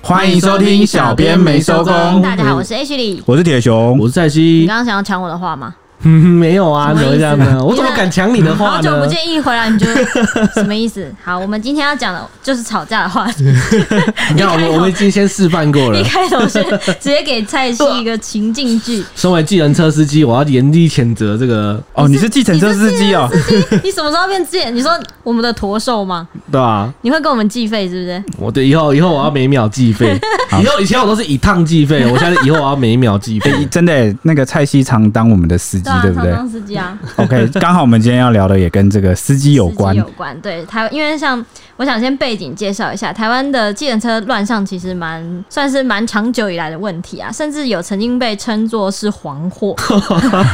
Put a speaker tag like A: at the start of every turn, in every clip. A: 欢迎收听小编没收工
B: 大家好，我是 H 李。
A: 我是铁熊，
C: 我是蔡
B: 你
C: 西，
B: 刚刚想要抢我的话吗？
C: 嗯，没有啊，
B: 什么
C: 怎么会
B: 意思
C: 这样呢？我怎么
B: 你
C: 敢抢你的话
B: 好久不
C: 呢？
B: 见，一回来你就什么意思？好，我们今天要讲的就是吵架的话题。
C: 你看，我们我们已经先示范过了
B: 一。开头是直接给蔡西一个情境剧。
C: 身为计程车司机，我要严厉谴责这个，
A: 哦，你是计程车司机哦，
B: 你什么时候变贱？你说我们的驼兽吗？
C: 对吧、
A: 啊
B: 你会跟我们计费是不是？
C: 我对以后以后我要每秒计 费，以后以前我都是一趟计费，我现在以后我要每秒计费
A: 诶。 真的耶，那个蔡西常当我们的司机
B: 对，啊，
A: 对不
B: 常
A: 对
B: 常司机啊，
A: ？OK，刚 好我们今天要聊的也跟这个司机有关
B: 司机。有关。对台，因为像我想先背景介绍一下，台湾的计程车乱象其实蛮算是蛮长久以来的问题啊，甚至有曾经被称作是 黄祸，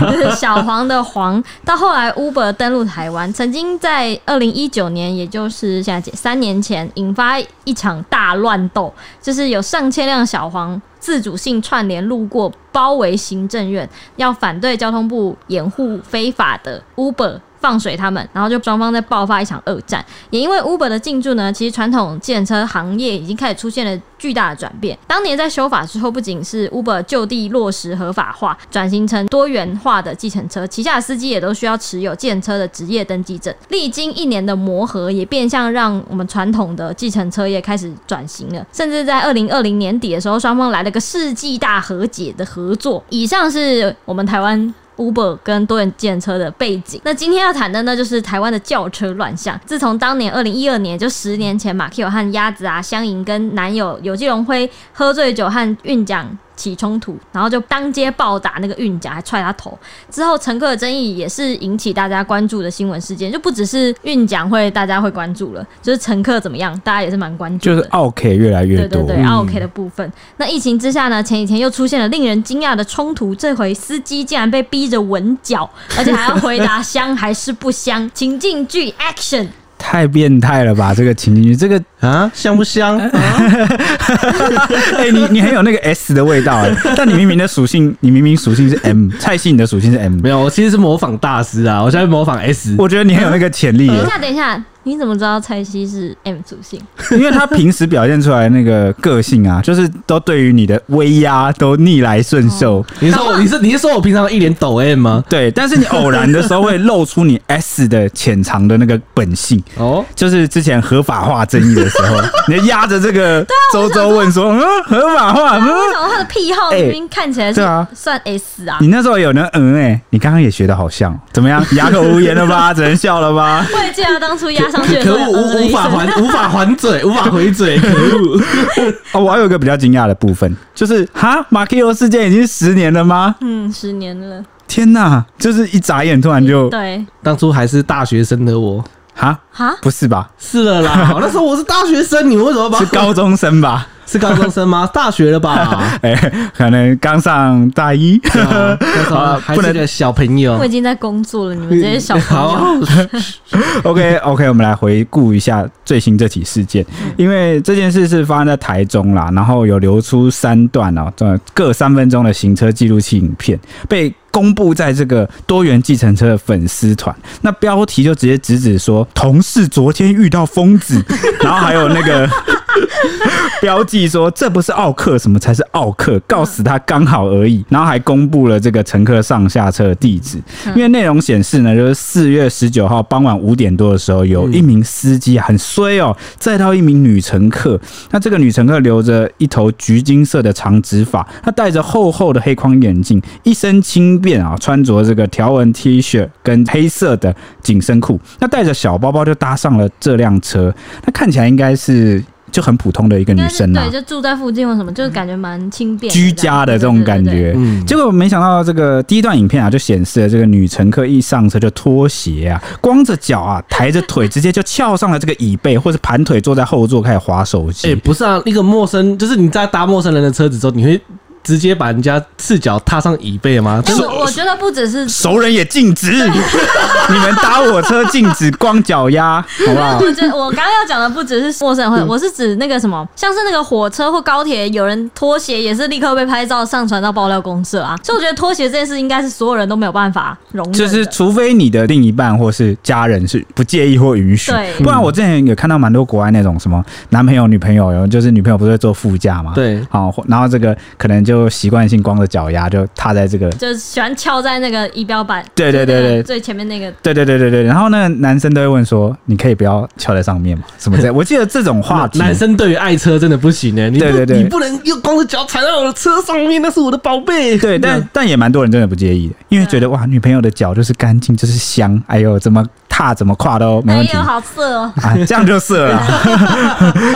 B: 就是小黄的黄。 到后来 Uber 登陆台湾，曾经在二零一九年，也就是现在几三年前，引发一场大乱斗，就是有上千辆小黄。自主性串联路过包围行政院，要反对交通部掩护非法的 Uber 放水他们，然后就双方在爆发一场恶战。也因为 Uber 的进驻呢，其实传统计程车行业已经开始出现了巨大的转变。当年在修法之后，不仅是 Uber 就地落实合法化，转型成多元化的计程车，旗下的司机也都需要持有计程车的职业登记证。历经一年的磨合，也变相让我们传统的计程车业开始转型了。甚至在二零二零年底的时候，双方来了个世纪大和解的合作。以上是我们台湾 Uber 跟多元计程车的背景。那今天要谈的呢，就是台湾的轿车乱象。自从当年二零一二年，就十年前，马 Q 和鸭子啊、香盈跟男友有纪荣辉喝醉酒和运奖起冲突，然后就当街暴打那个运奖，还踹他头。之后乘客的争议也是引起大家关注的新闻事件，就不只是运奖会大家会关注了，就是乘客怎么样，大家也是蛮关注
A: 就
B: 的。
A: 是 OK 越来越
B: 对
A: 多嗯
B: 对，对，OK 的部分。那疫情之下呢，前几天又出现了令人惊讶的冲突，这回司机竟然被逼着闻脚，而且还要回答香还是不香。情境剧 Action，
A: 太变态了吧！这个情侣，这个
C: 啊，香不 香？
A: 哎、你你很有那个 S 的味 道哎、但你明明的属性，你明明属性是 M，蔡西你的属性是 M，
C: 没有，我其实是模仿大师啊，我现在模仿 S。
A: 我觉得你很有那个潜力、
B: 等一
A: 耶
B: 下，等一下，你怎么知道蔡西是 M 属性？
A: 因为他平时表现出来的那个个性啊，就是都对于你的威压都逆来顺受。
C: 你说 我，你是你是说我平常一脸抖 M 吗？
A: 对，但是你偶然的时候会露出你 S 的潜藏的那个本性，
C: 哦，
A: 就是之前合法化争议的时候， 你就压着这个周周问说，嗯，合法化，嗯，
B: 为什么他的癖好
A: 哎
B: 明明看起来是
A: 对啊
B: 算 S 啊？
A: 你那时候有那嗯哎、你刚刚也学的好像，怎么样？哑口无言了吧？只 能笑了吧？
B: 我也记得他当初压上去的时
C: 可恶，
B: 候也嗯了
C: 无
B: 一
C: 无法
B: 声，
C: 还无法还嘴，无法回嘴，可 恶。
A: 哦，我还有一个比较惊讶的部分，就是哈，马奎欧事件已经十年了吗？
B: 嗯，十年了，
A: 天哪，就是一眨眼，突然就
B: 对，
C: 当初还是大学生的我，
A: 哈，
B: 哈，
A: 不是吧？
C: 是了 啦，那时候我是大学生，你们为什么把
A: 是高中生吧？
C: 是高中生吗？ 大学了吧？
A: 哎、可能刚上大一。
C: 对啊那时候还是个小朋
A: 嗯
C: 友
B: 我。已经在工作了，你们这些小 朋友。
C: 好，
A: OK OK，我们来回顾一下最新这起事件，因为这件事是发生在台中啦，然后有流出三段哦，这各三分钟的行车记录器影片被公布在这个多元计程车的粉丝团，那标题就直接直指说同事昨天遇到疯子， 然后还有那个标记说这不是奥克，什么才是奥克，告死他刚好而已。然后还公布了这个乘客上下车的地址，因为内容显示呢，就是四月十九号傍晚五点多的时候，有一名司机啊很衰哦，载到一名女乘客。那这个女乘客留着一头橘金色的长直发，她戴着厚厚的黑框眼镜，一身轻便啊，穿着这个条纹 T 恤跟黑色的紧身裤，那带着小包包就搭上了这辆车。那看起来应该是就很普通的一个
B: 应
A: 女
B: 该是
A: 生啦、啊
B: 对，就住在附近或什么，就是感觉蛮轻便的
A: 居家的这种感。
B: 对对对对对
A: 觉。
C: 嗯，
A: 结果没想到这个第一段影片啊，就显示了这个女乘客一上车就脱鞋啊，光着脚啊，抬着腿，直接就翘上了这个椅背，或是盘腿坐在后座开始划手
C: 哎，
A: 机。
C: 不是啊，一个陌生，就是你在搭陌生人的车子之后，你会直接把人家赤脚踏上椅背吗？
B: 哎、
C: 就是
B: 我我觉得不只是，
A: 熟人也禁止， 你们搭我车禁止光脚丫，好不好？
B: 我觉得我刚刚要讲的不只是陌生
A: 嗯
B: 人会，我是指那个什么，像是那个火车或高铁，有人脱鞋也是立刻被拍照上传到爆料公社啊。所以我觉得脱鞋这件事应该是所有人都没有办法容忍的，
A: 就是除非你的另一半或是家人是不介意或允许
B: 对，
A: 不然我之前有看到蛮多国外那种什么男朋友、女朋友，然后就是女朋友不是会坐副驾嘛，，
C: 对，
A: 好，或然后这个可能就习惯性光着脚丫就踏在这个，
B: 就是喜欢翘在那个仪表板，
A: 对对对对
B: 最前面那个
A: 对对对对对，然后那个男生都会问说，你可以不要翘在上面嘛，什么之类，我记得这种话题，
C: 男生对于爱车真的不行哎、你不
A: 对对对
C: 你不能用光着脚踩到我的车上面，那是我的宝贝。
A: 对，但但也蛮多人真的不介意的，
B: 啊
A: 因为觉得哇，女朋友的脚就是干净，就是香，哎呦，怎么踏怎么跨都没
B: 哎
A: 问题
B: 呦，。好色哦！
A: 啊，这样就色了，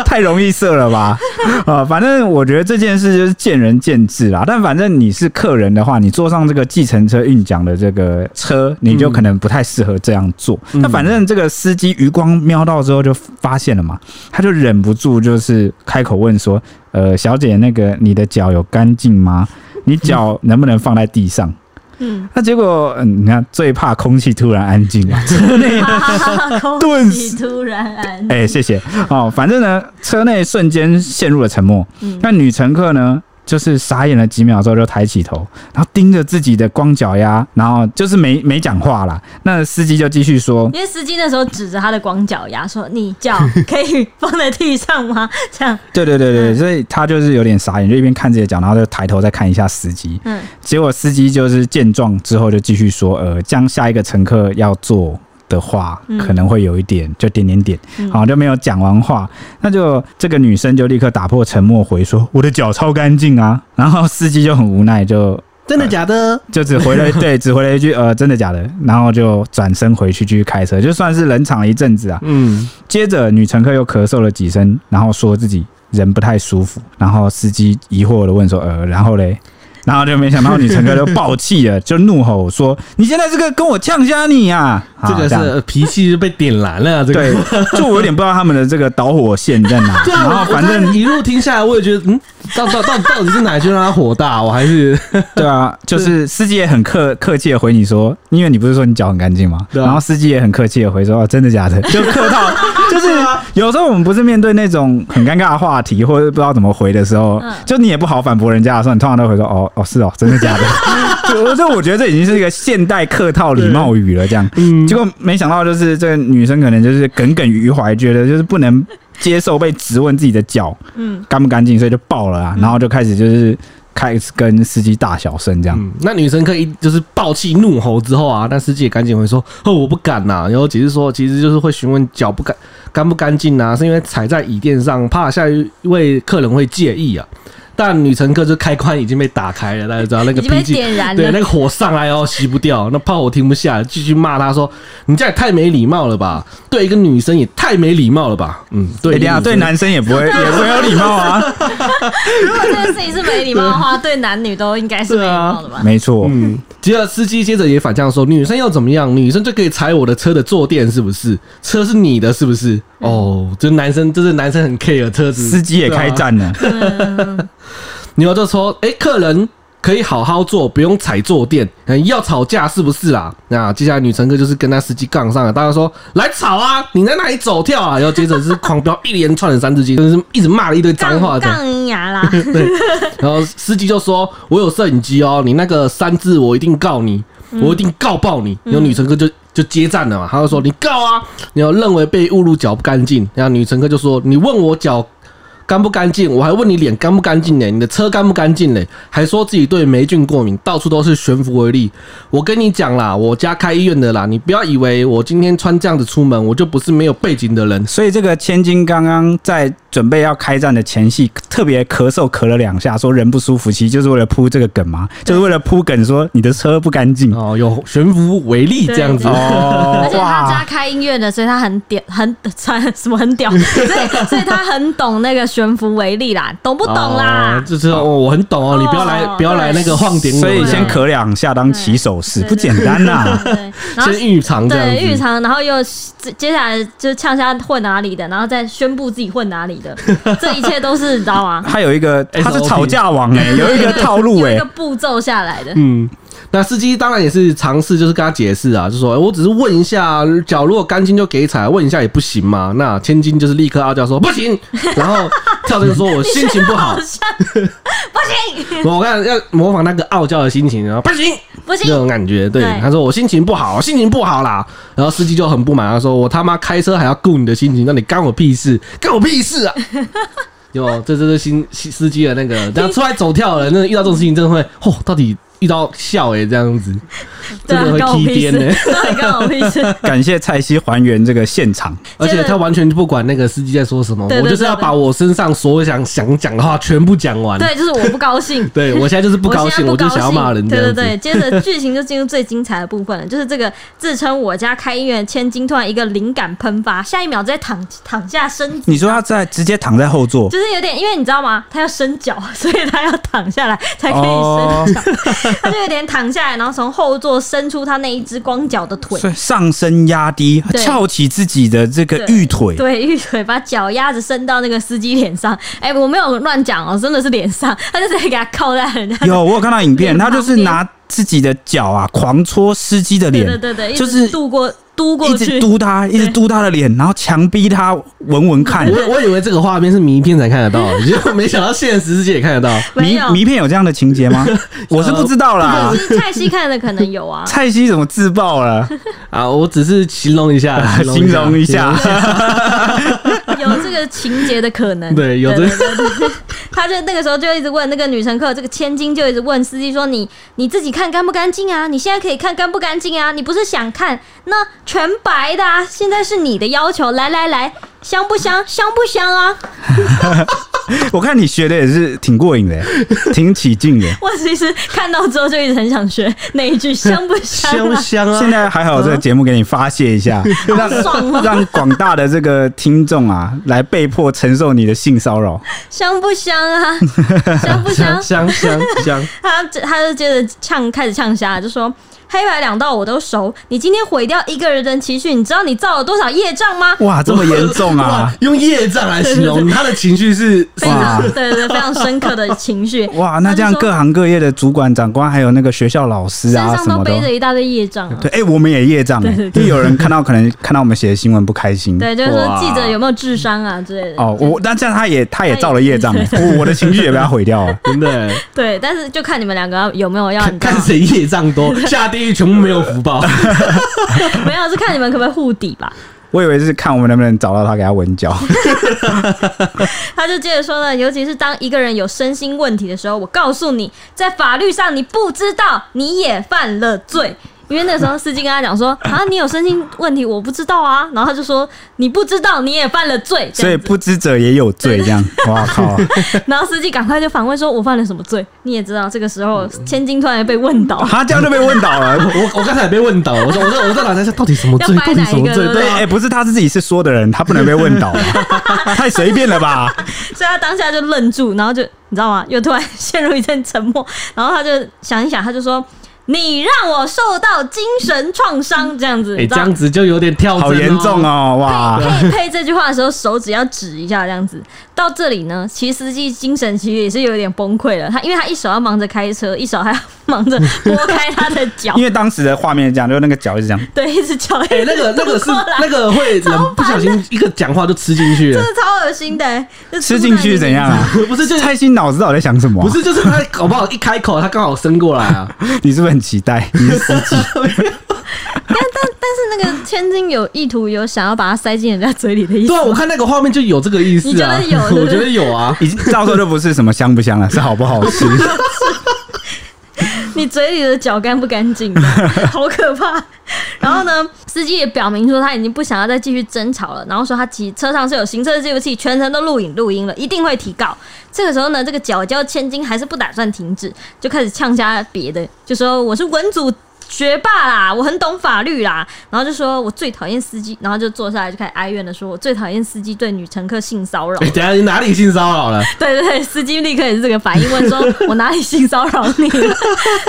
A: 太容易色了吧？啊，反正我觉得这件事就是见仁见智啦。但反正你是客人的话，你坐上这个计程车运奖的这个车，你就可能不太适合这样做。
C: 嗯
A: 那反正这个司机余光瞄到之后就发现了嘛，他就忍不住就是开口问说：“呃，小姐，那个你的脚有干净吗？你脚能不能放在地上？”
B: 嗯，
A: 那结果，嗯，你看最怕空气突然安静嘛，
B: 空气突然安，
A: 哎、谢谢哦。反正呢，车内瞬间陷入了沉默。
B: 嗯
A: 那女乘客呢，就是傻眼了几秒之后就抬起头，然后盯着自己的光脚丫，然后就是没没讲话啦。那司机就继续说，
B: 因为司机那时候指着他的光脚丫说：“你脚可以放在地上吗？” 这样，
A: 对对对对，所以他就是有点傻眼，就一边看自己的脚，然后就抬头再看一下司机。
B: 嗯，
A: 结果司机就是见状之后就继续说，呃，将下一个乘客要做。的话
B: 嗯
A: 可能会有一点，就点点点，
B: 嗯
A: 好、就没有讲完话，那就这个女生就立刻打破沉默回说：“我的脚超干净啊。”然后司机就很无奈，就
C: 真的假的？
A: 就只回 了对，只回了一句呃，真的假的，然后就转身回去继续开车，就算是冷场了一阵子啊。
C: 嗯，
A: 接着女乘客又咳嗽了几声，然后说自己人不太舒服，然后司机疑惑的问说呃，然后嘞？然后就没想到女乘客就爆气了，就怒吼说：“你现在这个跟我呛瞎你呀、啊！”
C: 这个
A: 好样
C: 是脾气就被点燃了、啊，这个
A: 对。，就我有点不知道他们的这个导火线在 哪。
C: 对啊，
A: 然后
C: 我
A: 反
C: 我刚才
A: 正
C: 一路听下来，我也觉得，嗯，到到到到底是哪一句让他火大？我还是
A: 对啊，就是司机也很客客气的回你说，因为你不是说你脚很干净吗？
C: 对啊
A: 然后司机也很客气的回说，哦，真的 假的？就客套，就是有时候我们不是面对那种很尴尬的话题，或者不知道怎么回的时候，
B: 嗯
A: 就你也不好反驳人家的时候，你通常都会说，哦哦是哦，真的假 的？就就我觉得这已经是一个现代客套礼貌语了，这样。
C: 嗯
A: 结果没想到，就是这个女生可能就是耿耿于怀，觉得就是不能接受被质问自己的脚
B: 嗯，
A: 干不干净，所以就爆了啊，然后就开始就是开始跟司机大小声这样。
C: 嗯，那女生可以就是暴气怒吼之后啊，那司机也赶紧回说：“哦，我不敢呐、然后解释说，其实就是会询问脚不干干不干净啊，是因为踩在椅垫上，怕下一位客人会介意啊。但女乘客就开关已经被打开了，大家知道那
B: 已
C: 个
B: 经被
C: 脾气，
B: 点燃
C: 对，那
B: 了。
C: 个火上来哦，熄不掉，那炮我停不下，继续骂他说：“你这也太没礼貌了吧，对一个女生也太没礼貌了吧。”嗯，对，
A: 对
C: 一个
A: 呀、
C: 女
A: 对
C: 生
A: 男生也不会，也不会有礼貌啊。
B: 如果这件事情是没礼貌的话， 对男女都应该是没礼貌的吧？
A: 没错，
C: 嗯，接着司机接着也反向说，女生要怎么样？女生就可以踩我的车的坐垫，是不是？车是你的，是不是？哦，这男生，这是男生很 care 车子。
A: 嗯司机也开
C: 对啊，
A: 战了。
C: 你要就说，哎、客人可以好好坐，不用踩坐垫。嗯，要吵架是不是啦？那接下来女乘客就是跟他司机杠上了，当然说来吵啊，你在那里走跳啊？然后接着是狂飙一连串的三字经，就是一直骂了一堆脏话
B: 杠
C: 这样。
B: 杠 牙啦，
C: 对，然后司机就说：“我有摄影机哦，你那个三字我一定告你，我一定告爆你。”然后女乘客就就接战了嘛，他就说：“你告啊！”然后认为被误入脚不干净，然后女乘客就说：“你问我脚干不干净？我还问你脸干不干净呢？你的车干不干净呢？还说自己对霉菌过敏，到处都是悬浮微粒。我跟你讲啦，我家开医院的啦，你不要以为我今天穿这样子出门，我就不是没有背景的人。”
A: 所以这个千金刚刚在准备要开战的前戏，特别咳嗽咳了两下，说人不舒服，其实就是为了铺这个梗嘛，就是为了铺梗说你的车不干净。
C: 哦，有悬浮微粒这样子
B: 对。而
A: 哦
B: 且 他 家，开音乐的，所以他很屌，很什么很屌，所以所以他很懂那个悬浮为例啦，懂不懂
C: 哦
B: 啦？
C: 就是哦，我很懂哦，你不要来
B: 哦
C: 不要来那个晃点我
A: 所
C: 这样，
A: 以先咳两下当起手式，
B: 对
A: 不简单呐、
B: 对，然后
C: 先预藏这样
B: 对
C: 子
B: 预藏，然后又接接下来就呛下混哪里的，然后再宣布自己混哪里的，这一切都是你知道吗？
A: 他有一个，他是
C: SOP
A: 吵架王 哎、有一个套路
B: 有
A: 哎、
B: 一个 步骤下来的，
C: 欸嗯，那司机当然也是尝试，就是跟他解释啊，就说、哎我只是问一下，脚如果干净就给踩，问一下也不行嘛。那千金就是立刻傲娇说不行，然 后跳着就说我心情不好
B: 好，像
C: 我看要模仿那个傲娇的心情，然后不行
B: 不
C: 那
B: 行，
C: 种感觉。对
B: 对，
C: 他说我心情不好，心情不好啦。然后司机就很不满，他说我他妈开车还要顾你的心情，那你干我屁事，干我屁事啊！ 有，这这是新新司机的那个，然后出来走跳了，那遇到这种事情真的会，哦，到底遇到笑欸诶、这样子。
B: 对啊
C: 真的，会
B: 关我屁
C: 踢
B: 事，
C: 颠呢
B: 对，关我屁事，
A: 感谢蔡西还原这个现场，
C: 而且他完全不管那个司机在说什么，
B: 对对
C: 我就是要
B: 对对
C: 把我身上所有想想讲的话全部讲完。
B: 对，就是我不高兴。
C: 对，我现在就是 不高兴，
B: 我
C: 我就
B: 现在不高
C: 想要骂人这
B: 对
C: 样
B: 对
C: 子。
B: 对，接着剧情就进入最精彩的部分了，就是这个自称我家开音乐的千金突然一个灵感喷发，下一秒直接躺躺下身子，
A: 你说他在直接躺在后座，
B: 就是有点，因为你知道吗？他要伸脚，所以他要躺下来才可以伸脚，
C: 哦
B: 他就有点躺下来，然后从后座伸出他那一只光脚的腿。
A: 所以上身压低，
B: 对
A: 翘起自己的这个玉腿，
B: 对，玉腿把脚压着伸到那个司机脸上，哎、我没有乱讲哦，真的是脸上， 他就直接给他靠在人家
A: 有我有看到影片，
B: 脸
A: 他
B: 旁
A: 就是
B: 边
A: 拿自己的脚啊狂戳司机的
B: 对
A: 脸，
B: 对对对，一直
A: 就是
B: 渡过嘟过
A: 一
B: 去，
A: 直嘟他，一直嘟他的脸，然后强逼他闻闻看。
C: 我 我以为这个画面是迷片才看得到，结果没想到现实世界也看得到。
B: 没
A: 迷
B: 有
A: 迷片有这样的情节 吗？我是不知道啦，
B: 可。是蔡西看的可能有啊
A: 蔡西怎么自爆了？
C: 啊，我只是形容一下，
A: 形容一
C: 形
A: 下，
B: 有这个情节的可能。
C: 对有这
B: 对对对对他就那个时候就一直问那个女乘客，这个千金就一直问司机说你你自己看干不干净啊？你现在可以看干不干净啊？你不是想看那全白的啊？现在是你的要求，来来来，香不香？香不香啊？
A: 我看你学的也是挺过瘾的，挺起劲的。
B: 我其实看到之后就一直很想学那一句香不香、啊？
C: 香不 香啊？
A: 现在还好，这个节目给你发泄一 下，
B: 爽
A: 让
B: 哦
A: 让广大的这个听众啊，来被迫承受你的性骚扰。
B: 香不香啊？香不香
C: 香？香香香，
B: 他他就接着呛，开始呛瞎，就说黑白两道我都熟，你今天毁掉一个人的情绪，你知道你造了多少业障吗？
A: 哇，这么严重
C: 哇
A: 啊！！
C: 用业障来形容，他的情绪是
B: 非
A: 哇
B: 常对对对，非常深刻的情绪。
A: 哇，那这样
B: 他就说
A: 各行各业的主管、长官，还有那个学校老师
B: 身
A: 啊，
B: 上
A: 什
B: 都
A: 么的
B: 背，着一大堆业障、啊。
A: 对，哎、我们也业障、欸，因为有人看到可能看到我们写的新闻不开心，
B: 对，就是说
C: 哇
B: 记者有没有智商啊之类的。
A: 哦，我那这样他也他也
B: 他也
A: 造了业障、欸，我我的情绪也被他毁掉 了。
C: 真的
B: 对，但是就看你们两个要有没有要你
C: 看
B: 知道
C: 看谁业障多，下地狱全部没有福报。
B: 没有是看你们可不可以互抵吧。
A: 我以为是看我们能不能找到他给他闻脚，
B: 他就接着说呢，尤其是当一个人有身心问题的时候，我告诉你，在法律上你不知道，你也犯了罪。因为那时候司机跟他讲说啊，你有身心问题，我不知道啊。然后他就说你不知道，你也犯了罪。这
A: 所以
B: 样子
A: 不知者也有罪，这样，哇靠！
B: 然后司机赶快就反问说，我犯了什么罪？你也知道，这个时候千金突然被问 倒，
A: 他这样就被问倒了。
C: 我我刚才也被问到，我说我在我在脑袋下到底什么罪，
B: 要掰
C: 到底
B: 哪
C: 什
B: 一
C: 么
B: 个
C: 罪？
B: 对不
A: 对，
B: 对
C: 对
A: 哎、
C: 啊，
A: 不是他是自己是说的人，他不能被问倒吧，太随便了吧？
B: 所以他当下就愣住，然后就你知道吗？又突然陷入一阵沉默，然后他就想一想，他就说。你让我受到精神创伤，这样子，
C: 哎、
B: 你知
C: 这
B: 道
C: 样子就有点跳针、
A: 好严重！哦，哇！
B: 配配这句话的时候，手指要指一下，这样子。到这里呢，其实司机精神其实也是有点崩溃了。他因为他一手要忙着开车，一手还要忙着拨开他的 脚
A: 因，为当时的画面是这样，就是那个脚一直这样，
B: 对，一只脚
C: 哎、
B: 一
C: 那个
B: 直
C: 那个是
B: 过来，
C: 那个会人不小心一个讲话就吃进去了
B: 真，的超恶心的、欸，就
A: 吃进去是怎样？啊？
C: 不是就是
A: 蔡心脑子到底在想什么啊、
C: 不是就是他搞不好一开口他刚好伸过来啊，
A: 你是不是很期待？你是司机，
B: 但是那个千金有意图，有想要把它塞进人家嘴里的意思
C: 对啊，我看那个画面就有这个意思啊，
B: 你觉得有 对
C: 我
B: 不对
C: 觉得有啊，
A: 已经到时候就不是什么香不香了，是好不好吃。
B: 你嘴里的脚干不干净？好可怕！然后呢，司机也表明说他已经不想要再继续争吵了，然后说他其实车上是有行车记录器，全程都录影录音了，一定会提告。这个时候呢，这个脚交千金还是不打算停止，就开始呛下别的，就说我是文组学霸啦，我很懂法律啦。”然后就说：“我最讨厌司机。”然后就坐下来就开始哀怨的说：“我最讨厌司机对女乘客性骚扰。
C: 哎、等一下你哪里性骚扰了？”
B: 对对对，司机立刻也是这个反应，问说：“我哪里性骚扰你了？”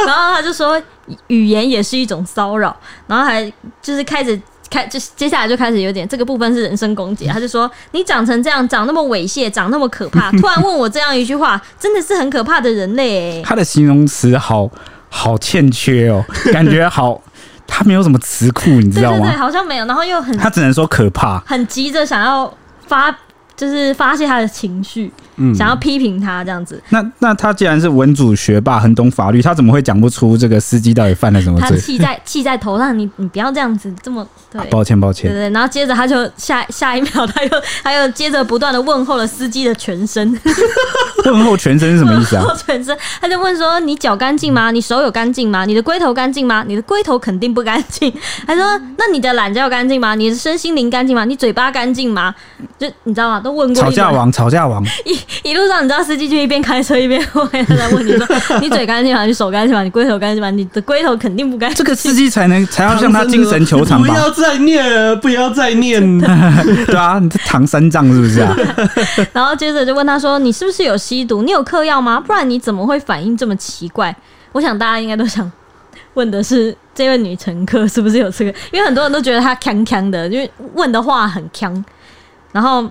B: 然后他就说：“语言也是一种骚扰。”然后还就是开始。开就接下来就开始有点这个部分是人身攻击，他就说你长成这样，长那么猥亵，长那么可怕，突然问我这样一句话，真的是很可怕的人类、欸。
A: 他的形容词好好欠缺哦，感觉好，他没有什么词库，你知
B: 对
A: 道
B: 对对，
A: 吗？
B: 好像没有，然后又很
A: 他只能说可怕。
B: 很急着想要发，就是发泄他的情绪，
C: 嗯
B: 想要批评他这样子。
A: 那那他既然是文组学霸，很懂法律，他怎么会讲不出这个司机到底犯了什么
B: 他
A: 罪？
B: 气在气在头上，你你不要这样子，这么对。
A: 啊抱歉，抱
B: 对
A: 歉。
B: 对，对然后接着他就下 下一秒，他又他又接着不断的问候了司机的全身，
A: 问候全身是什么意思
B: 问
A: 啊？
B: 候全身，他就问说：“你脚干净吗？你手有干净吗？你的龟头干净吗？你的龟头肯定不干净。” 他说：“那你的懒觉干净吗？你的身心灵干净吗？你嘴巴干净吗？”就你知道吗？都问过一
A: 吵
B: 轮
A: 架王，吵架王，
B: 一路上，你知道司机就一边开车一边 问他在问你说：“你嘴干净吗？你手干净吗？你龟头干净吗？你的龟头肯定不干净。”
A: 这个司机才能才要向他精神球场
C: 不
A: 吧？
C: 要再念了，不要再 念。
A: 对啊，你这唐三藏是不是啊？
B: 然后接着就问他说：“你是不是有吸毒？你有嗑药吗？不然你怎么会反应这么奇怪？”我想大家应该都想问的是这位女乘客是不是有这个，因为很多人都觉得她锵锵的，因为问的话很锵。然后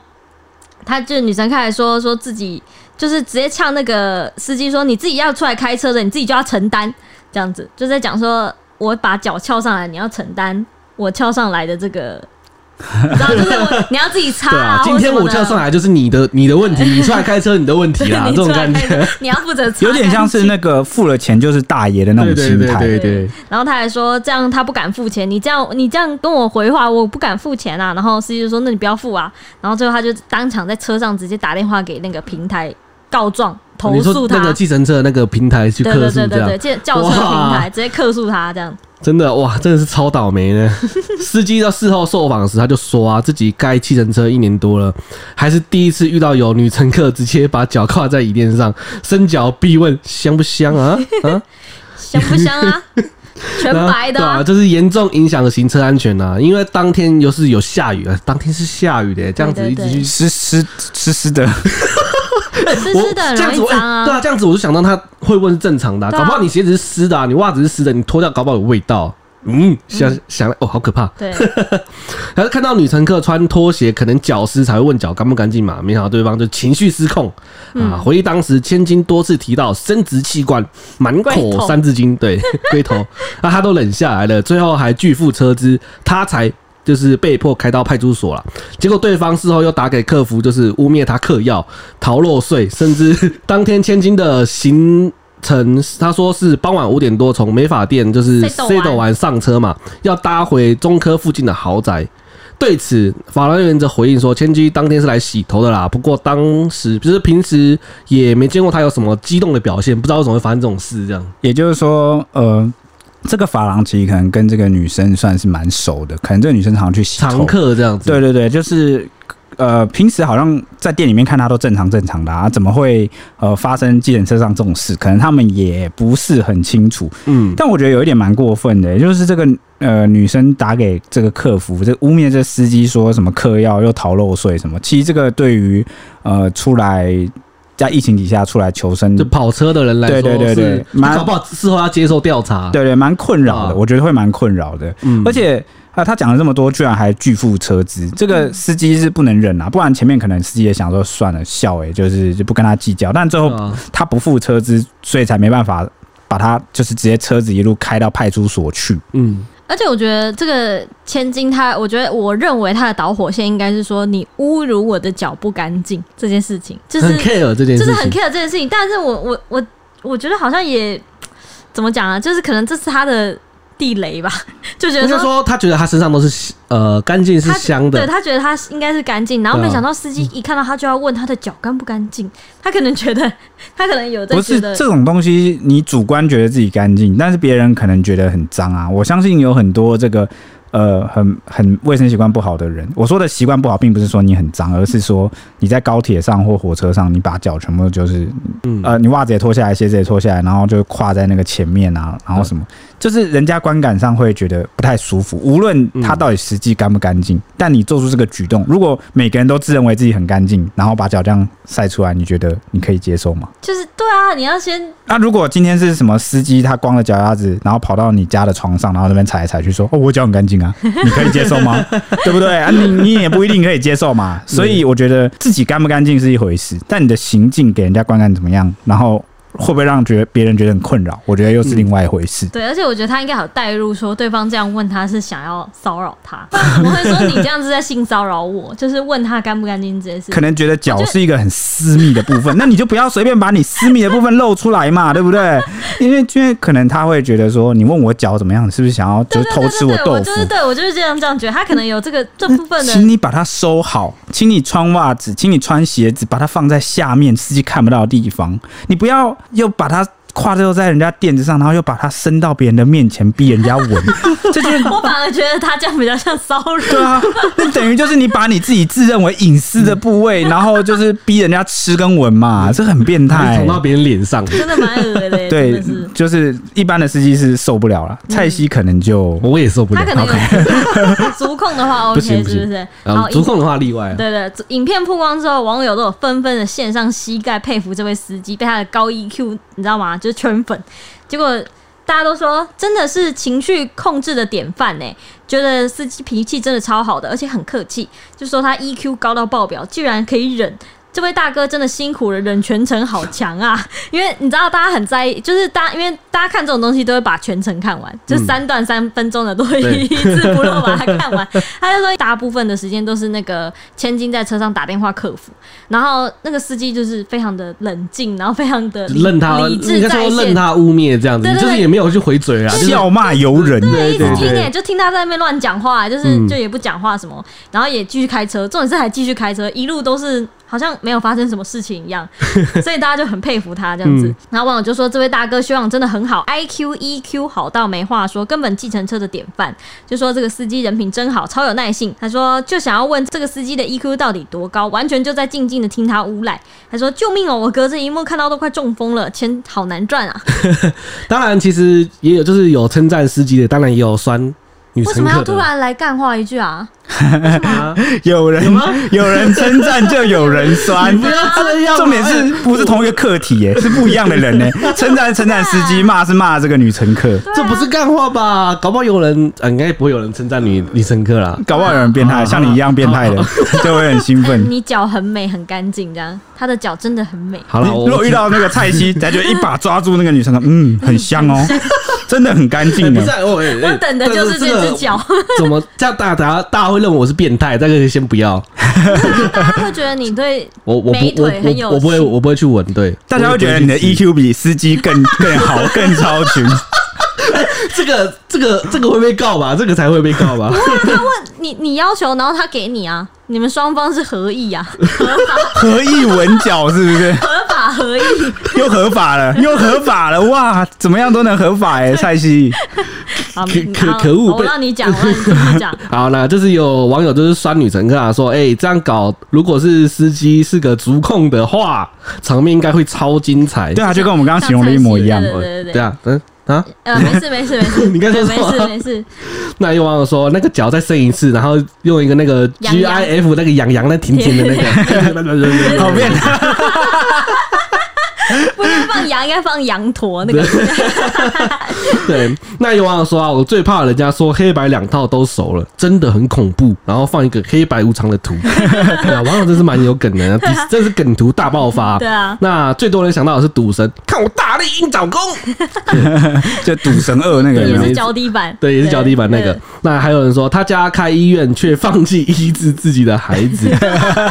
B: 她就是女乘客还说说自己就是直接呛那个司机说：“你自己要出来开车的，你自己就要承担。”这样子就在讲说：“我把脚翘上来，你要承担我翘上来的这个。”你知道，就是我你要自己擦
C: 对啊，今
B: 或什
C: 天
B: 么
C: 我
B: 的
C: 叫上来就是你的你的问题，你出来开车你的问题啦，
B: 你
C: 这种
B: 出来
C: 感
B: 开
C: 觉。
B: 车，你要负责擦
A: 有点像是
B: 干净
A: 那个付了钱就是大爷的那
C: 对
A: 种
C: 对
A: 心
C: 对
A: 态。
C: 对对，
B: 然后他还说这样他不敢付钱，你这样你这样跟我回话，我不敢付钱啊。然后司机就说那你不要付啊。然后最后他就当场在车上直接打电话给那个平台告状投
C: 你说
B: 诉他，
C: 那个计程车的那个平台去
B: 对
C: 客
B: 对
C: 诉这
B: 对对对，
C: 样，
B: 这轿车平台直接客诉他这样。
C: 真的哇，真的是超倒霉 呢。司机到事后受访时，他就说啊，自己开计程车一年多了，还是第一次遇到有女乘客直接把脚跨在椅垫上，伸脚逼问香不香啊啊，
B: 香不香 啊？全
C: 然后
B: 白的、
C: 对啊，就是严重影响了行车安全啊。因为当天又是有下雨啊，当天是下雨的、这样子
B: 对
C: 一
B: 对
C: 直去
A: 湿湿湿湿的，
B: 湿
C: 啊我
B: 湿的很
C: 这样子
B: 容易
C: 我对
B: 脏啊。
C: 啊，这样子我就想到他会问是正常的啊、
B: 对啊
C: 搞不好你鞋子是湿的、啊，你袜子是湿的，你脱掉搞不好有味道。嗯，想想来哦，好可怕。
B: 对，
C: 然后看到女乘客穿拖鞋，可能脚湿才会问脚干不干净嘛。没想到对方就情绪失控、啊！回忆当时，千金多次提到生殖器官、满
B: 龟
C: 口
B: 头
C: 三字经，对龟头，那他都忍下来了，最后还拒付车资，他才。就是被迫开到派出所了，结果对方事后又打给客服，就是污蔑他嗑药、逃漏税，甚至 当天千金的行程，他说是傍晚五点多从美发店就是
B: Seto 湾
C: Seto 完上车嘛，要搭回中科附近的豪宅。对此，法官员则回应说，千金当天是来洗头的啦，不过当时就是平时也没见过他有什么激动的表现，不知道为什么会发生这种事，这样
A: 也就是说，呃，这个发廊其实可能跟这个女生算是蛮熟的，可能这个女生常常去洗头
C: 常。客这样子。
A: 对对对，就是呃，平时好像在店里面看她都正常正常的啊，怎么会呃发生计程车上这种事？可能他们也不是很清楚。
C: 嗯，
A: 但我觉得有一点蛮过分的，就是这个呃女生打给这个客服，这污蔑这司机说什么嗑药又逃漏税什么，其实这个对于呃出来在疫情底下出来求生
C: 就跑车的人来说，
A: 对对对对
C: 是
A: 蛮
C: 搞不好事后要接受调查。，
A: 对对，蛮困扰
C: 啊
A: 的，我觉得会蛮困扰的。
C: 嗯
A: 而且啊，他讲了这么多，居然还拒付车资，这个司机是不能忍啊，不然前面可能司机也想说算了，笑诶、就是就不跟他计较，但最后
C: 啊
A: 他不付车资，所以才没办法把他就是直接车子一路开到派出所去。
C: 嗯，
B: 而且我觉得这个千金他，我觉得我认为他的导火线应该是说你侮辱我的脚不干净这件事情，就是
C: 很 care 这件
B: 就
C: 事
B: 是很
C: 情。
B: care 这件事情，但是我我我我觉得好像也怎么讲啊，就是可能这是他的地雷吧， 就觉
C: 我
B: 得
C: 就
B: 说
C: 说他觉得他身上都是呃干净是
B: 他
C: 香
B: 对
C: 的，
B: 他觉得他应该是干净，然后
C: 对啊
B: 没想到司机一看到他就要问他的脚干不干净，他可能觉得 他可能有在
A: 不
B: 觉
A: 是
B: 得
A: 这种东西，你主观觉得自己干净，但是别人可能觉得很脏啊。我相信有很多这个呃很很卫生习惯不好的人，我说的习惯不好，并不是说你很脏，而是说你在高铁上或火车上，你把脚全部就是
C: 嗯，
A: 呃，你袜子也脱下来，鞋子也脱下来，然后就跨在那个前面啊，然后什么，就是人家观感上会觉得不太舒服。无论他到底实际干不干净，但你做出这个举动，如果每个人都自认为自己很干净，然后把脚这样晒出来，你觉得你可以接受吗？
B: 就是对啊，你要先
A: 那、如果今天是什么司机，他光着脚丫子，然后跑到你家的床上，然后那边踩来踩去说哦，我脚很干净 啊，你可以接受吗？对不对啊？你你也不一定可以接受嘛。所以我觉得自己干不干净是一回事，但你的行径给人家观感怎么样，然后会不会让觉得别人觉得很困扰，我觉得又是另外一回事。
B: 对，而且我觉得他应该有带入说，对方这样问他是想要骚 扰他，不然怎么会说你这样子在性骚扰我？就是问他干不干净这件事
A: 可
B: 情。
A: 能觉得脚是一个很私密的 部分，那你就不要随便把你私密的部分露出来嘛，对不 对？因为因为可能他会觉得说，你问我脚怎么样，你是不是想要就
B: 对
A: 是
B: 对
A: 偷
B: 对
A: 吃
B: 对对，
A: 豆
B: 我
A: 腐？
B: 就是对我就是这样这样觉得，他可能有这个这部 分的
A: 请你把它收好，请你穿袜子，请你穿鞋子，把它放在下面司机看不到的地方。你不要又把它跨坐在人家垫子上，然后又把它伸到别人的面前逼人家闻，这就是
B: 我反而觉得他这样比较像骚
A: 对
B: 扰。
A: 啊，那等于就是你把你自己自认为隐私的部位，然后就是逼人家吃跟闻嘛，这很变态、
C: 捅到别人脸上。
B: 真的蛮恶的欸，真
A: 对
B: 的是，
A: 就是一般的司机是受不了了，蔡西可能就
C: 我也受不了
B: 他。可能有足控的话
C: 不行
B: OK，
C: 不
B: 是
C: 行
B: 不是？
C: 啊，
B: 好，
C: 足控的话例外啊。
B: 对对，影片曝光之后，网友都有纷纷的献上膝盖佩服这位司机，被他的高 EQ 你知道吗？就是圈粉。结果大家都说，真的是情绪控制的典范呢，觉得司机脾气真的超好的，而且很客气，就说他 EQ 高到爆表，居然可以忍。这位大哥真的辛苦了，忍全程好强啊！ 因为你知道，大家很在意，就是大家因为大家看这种东西都会把全程看完，就三段三分钟的都会
C: 嗯对
B: 一字不漏把它看完。他就说，大部分的时间都是那个千金在车上打电话客服，然后那个司机就是非常的冷静，然后非常的
C: 任他，
B: 理智
C: 应该
B: 在
C: 说
B: 线，
C: 任他污蔑这样子，
B: 对
C: 你
B: 对
C: 就是
B: 对
C: 也没有去回嘴啊，就是
A: 笑骂由人。
B: 对，一直听
C: 对
B: 耶，就听他在那边乱讲话，就是、
C: 嗯
B: 就也不讲话什么，然后也继续开车，重点是还继续开车，一路都是好像没有发生什么事情一样，所以大家就很佩服他这样子。
C: 嗯
B: 然后网友就说这位大哥修养真的很好，IQ EQ 好到没话说，根本计程车的典范。就说这个司机人品真好，超有耐性。他说就想要问这个司机的 EQ 到底多高，完全就在静静的听他诬赖。他说救命哦，我隔着一幕看到都快中风了，钱好难赚啊，
C: 当然，其实也有就是有称赞司机的，当然也有酸女
B: 为
C: 乘
B: 什么要
C: 客
B: 突
C: 的。
B: 然来干话一句啊？
C: 啊
A: 有人有人称赞就有人酸，
C: 不要这 样嘛，啊哎
A: 重点是不是同一个客体耶、 是不一样的人呢、称赞称赞司机，骂是骂这个女乘客，
C: 这不是干话吧？搞不好有人，啊，应该不会有人称赞女女乘客啦。
A: 搞不好有人变态，像你一样变态的， 就会很兴 奋。
B: 你脚很美，很干净，这样，他的脚真的很美。
C: 好
A: 你
C: 了，我
A: 如果遇到那个蔡西，他就一把抓住那个女乘客，嗯，很香哦， 真的很干
C: 哎
A: 净
C: 不
A: 的
C: 是。啊我哎哎
B: 我等的就是
C: 但
B: 这只
C: 个
B: 脚，
C: 怎么这样大家大家会认为我是变态？这个先不要，
B: 大家会觉得你对
C: 我我
B: 美
C: 不我
B: 腿很有
C: 我我不会
B: 趣
C: 我不会去闻，对，
A: 大家会觉得你的
C: 我也不会去
A: EQ 比司机更 更好，更超群。
C: 这个这个这个会被告吧？这个才会被告 吧？
B: 你你要求，然后他给你啊，你们双方是合意 啊，
A: 合意闻脚是不是？
B: 合法合意。
A: 又合法了，又合法了，哇！怎么样都能合法哎、蔡西，
B: 好
C: 可
B: 你
C: 可
B: 好
C: 可恶
B: 我
C: 被
B: 让你讲，我 让你继续讲。
C: 好啦，就是有网友就是酸女乘客啊，说，哎、这样搞，如果是司机是个足控的话，场面应该会超精彩。
A: 对啊，就跟我们刚刚形容的一模一样
B: 像。蔡对对对
C: 对啊，嗯啊，
B: 呃，没事没事没事，
C: 你刚才
B: 对
C: 说
B: 没
C: 什
B: 事
C: 么
B: 没事，
C: 那有网友说，那个脚再伸一次，然后用一个那个
B: 羊
C: GIF
B: 羊
C: 那个羊羊那甜甜的那 个，
A: 好变态，
B: 不是放羊，应该放羊驼那个。
C: 对，那有网友说啊，我最怕人家说黑白两套都熟了，真的很恐怖，然后放一个黑白无常的 图。对啊，网友真是蛮有梗的，比真是梗图大爆发。
B: 对啊
C: 那最多人想到的是赌神，看我大力鹰爪功。
A: 就赌神二那个有
B: 也
A: 没
B: 是
A: 有？
B: 脚底板，
C: 对，也是脚底板那个
B: 对。
C: 那还有人说，他家开医院却放弃医治自己的孩 子，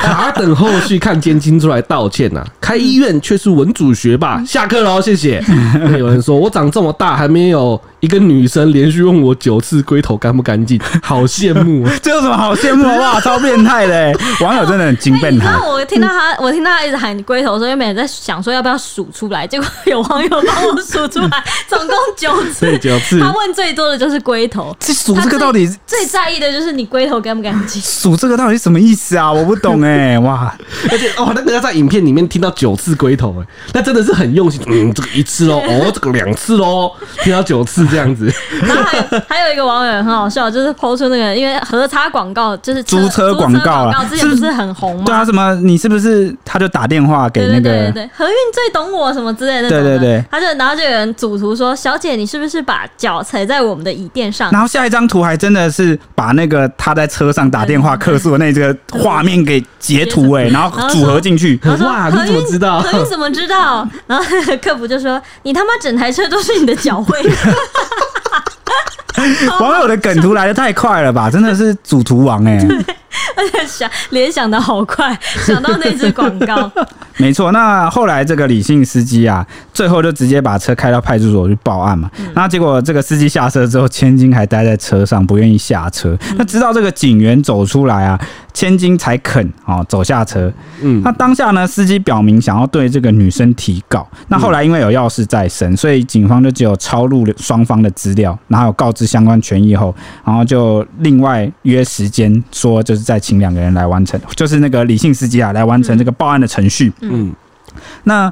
C: 卡等后续看监听出来道歉呐、开
B: 嗯
C: 医院却是文主学霸，下课喽，谢谢。对有人说，我长这么大还没有一个女生连续问我九次龟头干不干净，好羡慕 啊！
A: 这有什么好羡慕？ 哇，超变态的欸！网友真的很精
B: 哎，
A: 变
B: 你知
A: 态。
B: 道我听到他，我听到他一直喊龟头的时候，原本在想说要不要数出来，结果有网友帮我数出来，总共九
C: 所以
B: 次。
C: 九次
B: 他问最多的就是龟头，
A: 这数这个到底
B: 最在意的就是你龟头干不干 净。
A: 数这个到底是什么意思啊？我不懂哎、 哇，
C: 而且哦，那个要在影片里面听到九次龟头，哎，那真的是很用心。嗯，这个一次 哦，哦，这个两次哦，听到九次这样子，
B: 然后还还有一个网友也很好笑，就是抛出那个因为核擦广告就是
A: 租车广告啊
B: 租车之前不是很红吗？
A: 对啊，什么你是不是他就打电话给
B: 对
A: 那
B: 对
A: 个
B: 对对对，何运最懂我什么之类的那种的。
A: 对对对
B: 他就然后就有人主图说：“小姐，你是不是把脚踩在我们的椅垫上
A: 然后下一张图还真的是把那个他在车上打电话客诉的那个画面给截图 哎、然后组合进去？”，
B: 然后说：“
C: 哇，你怎么知道
B: 何？运何运怎么知道？然后客服就说：“你他妈整台车都是你的脚味。哦
A: 网友的梗图来的太快了吧，真的是主图王哎、”
B: 而且想联想的好快，想到那支广告，
A: 没错，那后来这个李姓司机啊，最后就直接把车开到派出所去报案嘛。那结果这个司机下车之后，千金还待在车上，不愿意下车。那直到这个警员走出来啊，千金才肯哦走下车。
C: 嗯
A: 那当下呢，司机表明想要对这个女生提告。那后来因为有要事在身，所以警方就只有抄录了双方的资料，然后有告知相关权益后，然后就另外约时间说，就是再请两个人来完成，就是那个李姓司机啊来完成这个报案的程序。
C: 嗯，
A: 那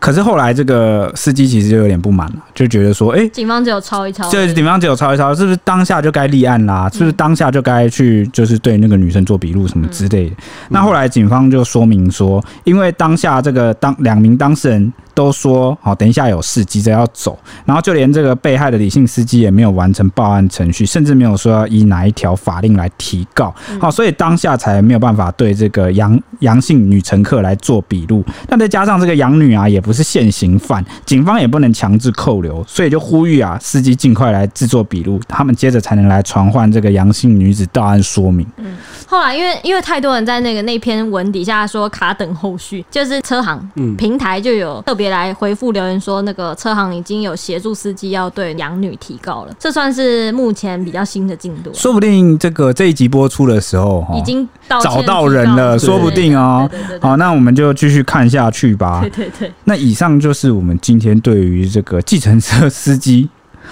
A: 可是后来这个司机其实就有点不满了，就觉得说，哎、
B: 警方只有抄一抄而已。
A: 这警方只有抄一抄，是不是当下就该立案啦？是不是当下就该去就是对那个女生做笔录什么之类的？那后来警方就说明说，因为当下这个当两名当事人都说，好、等一下有事急着要走，然后就连这个被害的李姓司机也没有完成报案程序，甚至没有说要依哪一条法令来提告，
B: 嗯
A: 好、所以当下才没有办法对这个杨杨姓女乘客来做笔录。那再加上这个杨女啊，也不是现行犯，警方也不能强制扣留，所以就呼吁啊，司机尽快来制作笔录，他们接着才能来传唤这个杨姓女子到案说明。
B: 嗯后来因为因为太多人在那个那篇文底下说卡等后续，就是车行、
C: 嗯
B: 平台就有特别来回复留言说，那个车行已经有协助司机要对养女提告了，这算是目前比较新的进度了。
A: 说不定这个这一集播出的时候，哈
B: 已经道歉
A: 找到人了，
B: 提告
A: 说不定哦
B: 对对对。对
A: 好，那我们就继续看下去吧。
B: 对对对，
A: 那以上就是我们今天对于这个计程车司机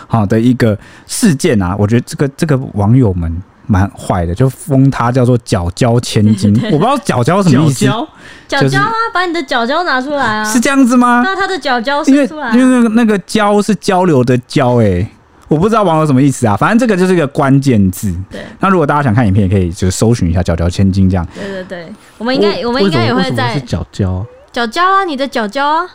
A: 好的一个事件啊， 我觉得这个这个网友们蛮坏的，就封他叫做“脚交千 金”，我不知道“脚交”什么
C: 脚
A: 意思，
C: 胶
B: 脚
A: 就是
B: 胶啊，把你的脚胶拿出来啊，
A: 是这样子吗？
B: 那他的脚胶
A: 因为
B: 伸出来啊，
A: 因为那个那个“交”是交流的“交”，哎，我不知道网友什么意思啊，反正这个就是一个关键字。
B: 对
A: 那如果大家想看影片，也可以就是搜寻一下“脚交千金”这样。
B: 对对对，我们应该我们应该也
C: 为
B: 会
C: 什么
B: 在
C: 是脚胶，
B: 脚胶啊，你的脚胶啊，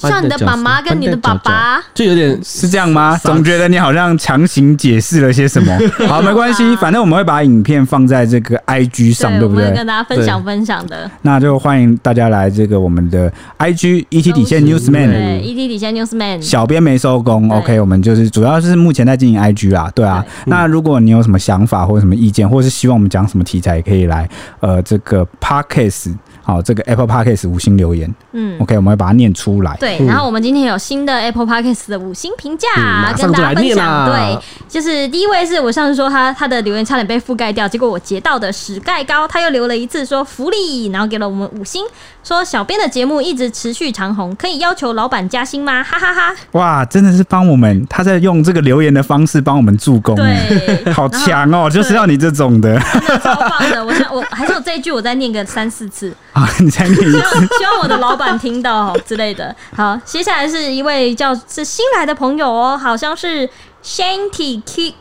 C: 把
B: 像你的
C: 脚
B: 爸妈跟你的爸爸啊。
C: 就有点
A: 是这样吗？
C: 傻
A: 总觉得你好像强行解释了些什 么。好，没关系，反正我们会把影片放在这个 IG 上，对
B: 啊我
A: 不
B: 们会
A: 对
B: 跟？大家分享分享的。
A: 那就欢迎大家来这个我们的 IG ET 底线
B: 搜寻
A: Newsman。
B: 对，ED 底下 Newsman，
A: 小编没收工
B: 对嗯
A: ，OK，我们就是主要是目前在经营 IG 啦，对啊。那如果你有什么想法或者什么意见，或是希望我们讲什么题材，也可以来呃这个 Podcast 好、这个 Apple Podcast 五星留言、
B: 嗯，
A: o k 我们会把它念出来。
B: 对，
C: 嗯
B: 然后我们今天有新的 Apple Podcast 的五星评价、
C: 嗯马
B: 跟
C: 上就
B: 大
C: 来
B: 家分
C: 念
B: 享。
C: 啦
B: 对，就是第一位是我上次说他他的留言差点被覆盖掉，结果我截到的史盖高他又留了一次说福利，然后给了我们五星，说小编的节目一直持续长红，可以要求老板加薪吗？ 哈哈哈
A: 哇，真的是帮我们，他在用这个留言的方式帮我们助攻，哎
B: 对。
A: 好强哦，就是要你这种的
B: 超棒的！我想我还是我这一句我再念个三四次，
A: 啊！你再念一
B: 希
A: 次，
B: 望希望我的老板听到之类的。好，接下来是一位叫是新来的朋友哦，好像是 Shanty K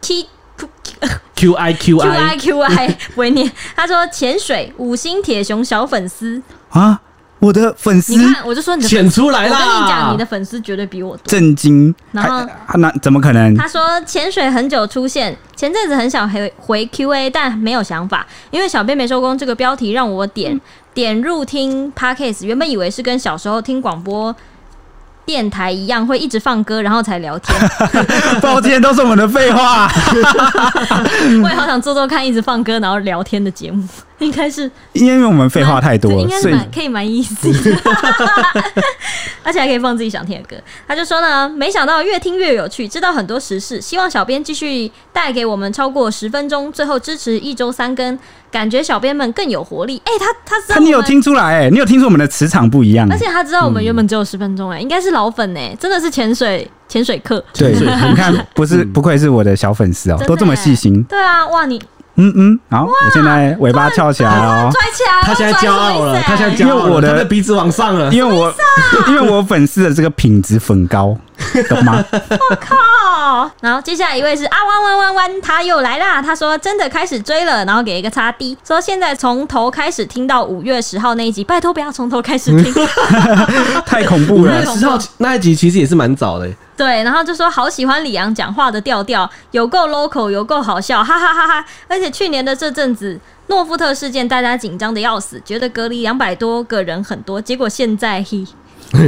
B: K。
C: Q I Q
B: Q I
C: I，
B: Q I 不会念，他说潜水五星铁熊小粉丝，
A: 啊，我的粉丝
B: 你看我就说你的粉，
C: 显出嗯来
B: 我跟
C: 啦！
B: 你讲，你的粉丝绝对比我多。
A: 震惊，
B: 然
A: 还
B: 后
A: 啊那怎么可能？
B: 他说潜水很久出现，前阵子很想回回 Q A，但没有想法，因为小编没收工这个标题让我点点入听 Podcast，原本以为是跟小时候听广播。电台一样会一直放歌，然后才聊 天。
A: 抱歉，都是我们的废话。
B: 我也好想做做看，一直放歌然后聊天的节目。应该是
A: 因为我们废话太多
B: 对应
A: 了，
B: 该是
A: 所以
B: 蛮可以蛮 easy 的，而且还可以放自己想听的歌。他就说呢，没想到越听越有趣，知道很多时事，希望小编继续带给我们超过十分钟，最后支持一周三更，感觉小编们更有活力。哎、他他知道
A: 他你有
B: 我们
A: 听出来、欸，你有听出我们的磁场不一样、
B: 而且他知道我们原本只有十分
A: 嗯
B: 钟哎、应该是老粉哎、真的是潜水潜水课。
A: 对，
C: 所以
A: 你看，不是不愧是我的小粉丝哦、
B: 真的
A: 都这么细心。
B: 对啊，哇，你
A: 嗯嗯，好，我现在尾巴翘起来了、哦，
B: 拽起来，
C: 他现在骄傲了，他现在骄傲
A: 因为我
C: 了，
A: 的
C: 他的鼻子往上了。
A: 因为我因为我粉丝的这个品质粉高，懂吗？
B: 哦。然后接下来一位是啊弯弯弯弯，他又来啦。他说真的开始追了，然后给一个叉 D，说现在从头开始听到五月十号那一集，拜托不要从头开始听。
A: 太恐怖
C: 五
A: 了
C: 月。十号那一集其实也是蛮早的、
B: 对，然后就说好喜欢李阳讲话的调调，有够 local，有够好笑，哈哈哈哈！而且去年的这阵子，诺富特事件大家紧张的要死，觉得隔离两百多个人很多，结果现在嘿，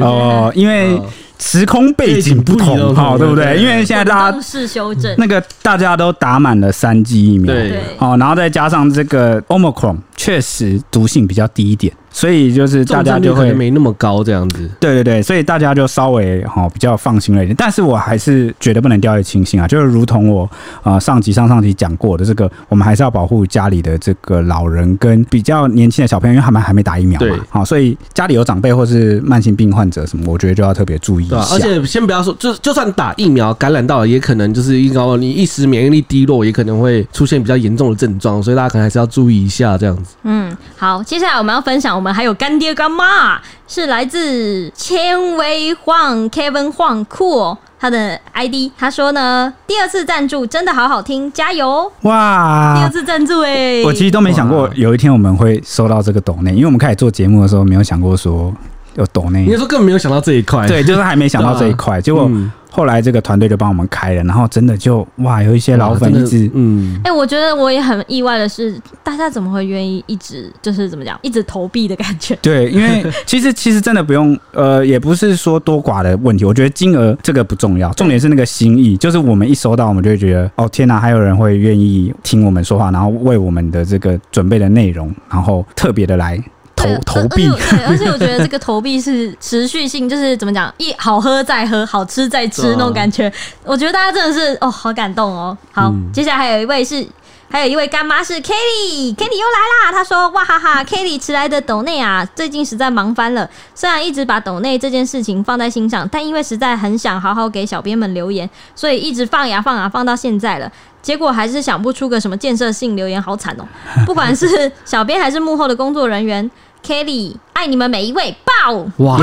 A: 哦，因
C: 嗯
A: 为时空背景不
C: 背景不
A: 同，
C: 一样
A: 哈，对不
C: 对
A: 对？
C: 对
A: 因为现在大
B: 滚
A: 家
B: 动式修正，
A: 那个大家都打满了三剂疫苗，
C: 对
B: 对，
A: 哦，然后再加上这个 Omicron 确实毒性比较低一点，所以就是大
C: 重
A: 家
C: 症
A: 就
C: 率可
A: 会
C: 能没那么高这样子。
A: 对对对，所以大家就稍微哈、哦、比较放心了一点，但是我还是觉得不能掉以轻心啊，就是如同我呃上集上上集讲过的这个，我们还是要保护家里的这个老人跟比较年轻的小朋友，因为他们还没打疫苗
C: 对
A: 嘛，好、所以家里有长辈或是慢性病患者什么，我觉得就要特别注意一
C: 对啊
A: 下。
C: 吧、而且先不要说，就就算打疫苗感染到了，也可能就是一高你一时免疫力低落，也可能会出现比较严重的症状，所以大家可能还是要注意一下这样子。
B: 嗯，好，接下来我们要分享，我们还有干爹干妈，是来自千威晃 Kevin 晃酷哦，他的 ID，他说呢，第二次赞助真的好好听，加油哦！第二
A: 哇，
B: 次赞助哎、
A: 啊我其实都没想过
C: 哇
A: 有一天我们会收到这个抖内，因为我们开始做节目的时候没有想过说有抖内
C: 应该，说根本没有想到这 一块，
A: 对，就是还没想到这一 块，结
C: 嗯，
A: 果。后来这个团队就帮我们开了，然后真的就哇，有一些老粉
C: 哇
A: 一
C: 真的
A: 直
C: 嗯，
B: 哎、我觉得我也很意外的是，大家怎么会愿意一直就是怎么讲，一直投币的感觉？
A: 对，因 为其实其实真的不用，呃，也不是说多寡的问题，我觉得金额这个不重要，重点是那个心意，就是我们一收到，我们就会觉得哦天哪，还有人会愿意听我们说话，然后为我们的这个准备的内容，然后特别的来投
B: 对呃
A: 投
B: 而
A: 币
B: 而且我。对，而且我觉得这个投币是持续性，就是怎么讲，一好喝再喝，好吃再吃
C: 对啊
B: 那种感觉。我觉得大家真的是哦，好感动哦。好，
A: 嗯
B: 接下来还有一位是。还有一位干妈是 Kelly，Kelly 又来啦。她说：“哇哈哈，Kelly 迟来的抖内啊，最近实在忙翻了。虽然一直把抖内这件事情放在心上，但因为实在很想好好给小编们留言，所以一直放呀放呀放到现在了。结果还是想不出个什么建设性留言，好 惨哦！不管是小编还是幕后的工作人员，Kelly 爱你们每一位，爆
A: 嗯
C: 哇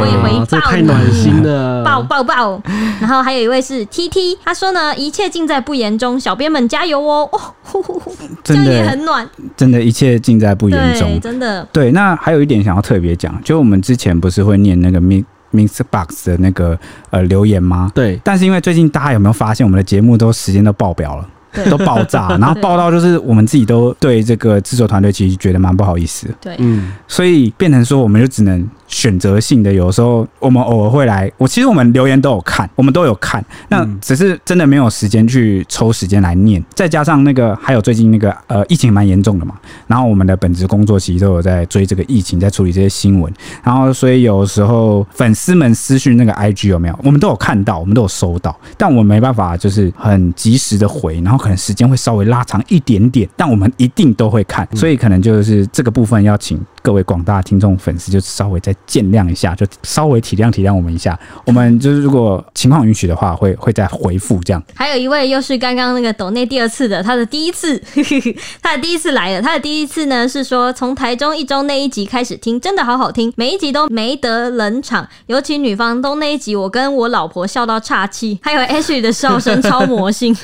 B: 我也回报
C: 这太暖心了，
B: 爆爆爆！然后还有一位是 TT，他说呢，一切尽在不言中，小编们加油哦！哦，呼呼呼这
A: 真
B: 样
A: 的
B: 也很暖，
A: 真的，一切尽在不言
B: 对，
A: 中。
B: 真的，
A: 对，那还有一点想要特别讲，就我们之前不是会念那个 mix mix box 的那个呃留言吗？
C: 对，
A: 但是因为最近大家有没有发现，我们的节目都时间都爆表了？都爆炸，然后
B: 对
A: 爆到就是我们自己都对这个制作团队其实觉得蛮不好意思，
B: 对，
C: 嗯，
A: 所以变成说我们就只能选择性的，有时候我们偶尔会来，我其实我们留言都有看，我们都有看，那
C: 嗯
A: 只是真的没有时间去抽时间来念，再加上那个还有最近那个呃疫情蛮严重的嘛，然后我们的本职工作其实都有在追这个疫情，在处理这些新闻，然后所以有时候粉丝们私讯那个 IG 有没有，我们都有看到，我们都有收到，但我们没办法就是很及时的回，然后可能时间会稍微拉长一点点，但我们一定都会看，所以可能就是这个部分要请各位广大听众粉丝就稍微再见谅一下，就稍微体谅体谅我们一下，我们就是如果情况允许的话，会会再回复这样。
B: 还有一位又是刚刚那个抖内第二次的，他的第一次， 他的第一次来了。他的第一次呢是说从台中一周那一集开始听，真的好好听，每一集都没得冷场。尤其女房东那一集，我跟我老婆笑到岔气，还有 Ashley 的笑声超 魔性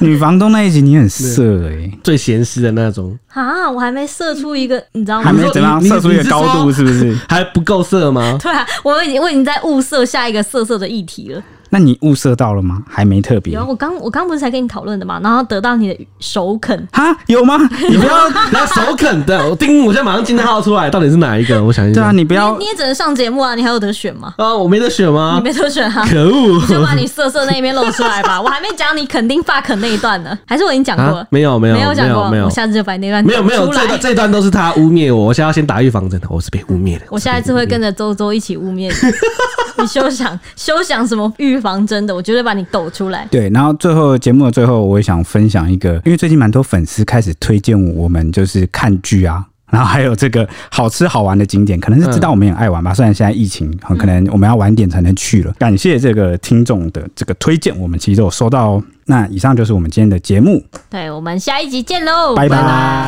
A: 女房东那一集你很色欸诶、
C: 最闲适的那种，
B: 啊！我还没射出一个，你知道
A: 还
B: 吗？
A: 没怎么样，
C: 你你
A: 射出一个
C: 你是
A: 高度
C: 说
A: 是不是？
C: 还不够色吗？
B: 对啊，我已经我已经在物色下一个色色的议题了。
A: 那你物色到了吗？还没特别
B: 有，我刚我刚不是才跟你讨论的嘛，然后得到你的首肯，
A: 哈？有吗？
C: 你不要拿首肯的，我叮，我现在马上惊叹号出来，到底是哪一个？我想一
A: 对啊，
C: 下。
A: 你不要
B: 你你也只能上节目啊，你还有得选吗？
C: 啊，我没得选
B: 你
C: 吗？
B: 没得选啊，
C: 可恶！
B: 就把你色色那一面露出 来吧。我还没讲你肯定发肯那一段呢，还是我已经讲过了
C: 啊？，没有没有
B: 没有
C: 没
B: 讲
C: 有
B: 过，
C: 没有
B: 我下次就把那段
C: 没有没有，
B: 讲出
C: 这段
B: 来。
C: 这段都是他污蔑我，我现在要先打预防针，我是被污蔑的。
B: 我下一次会跟着周周一起 污蔑你，你休想休想什么预防针的，我绝对把你抖出来。
A: 对，然后最后节目的最后，我也想分享一个，因为最近蛮多粉丝开始推荐我们就是看剧啊。 然后还有这个好吃好玩的景点，可能是知道我们也爱玩吧。虽然现在疫情，很可能我们要晚点才能去了。感谢这个听众的这个推荐，我们其实都有收到哦。那以上就是我们今天的节目，
B: 对，我们下一集见喽，
A: 拜拜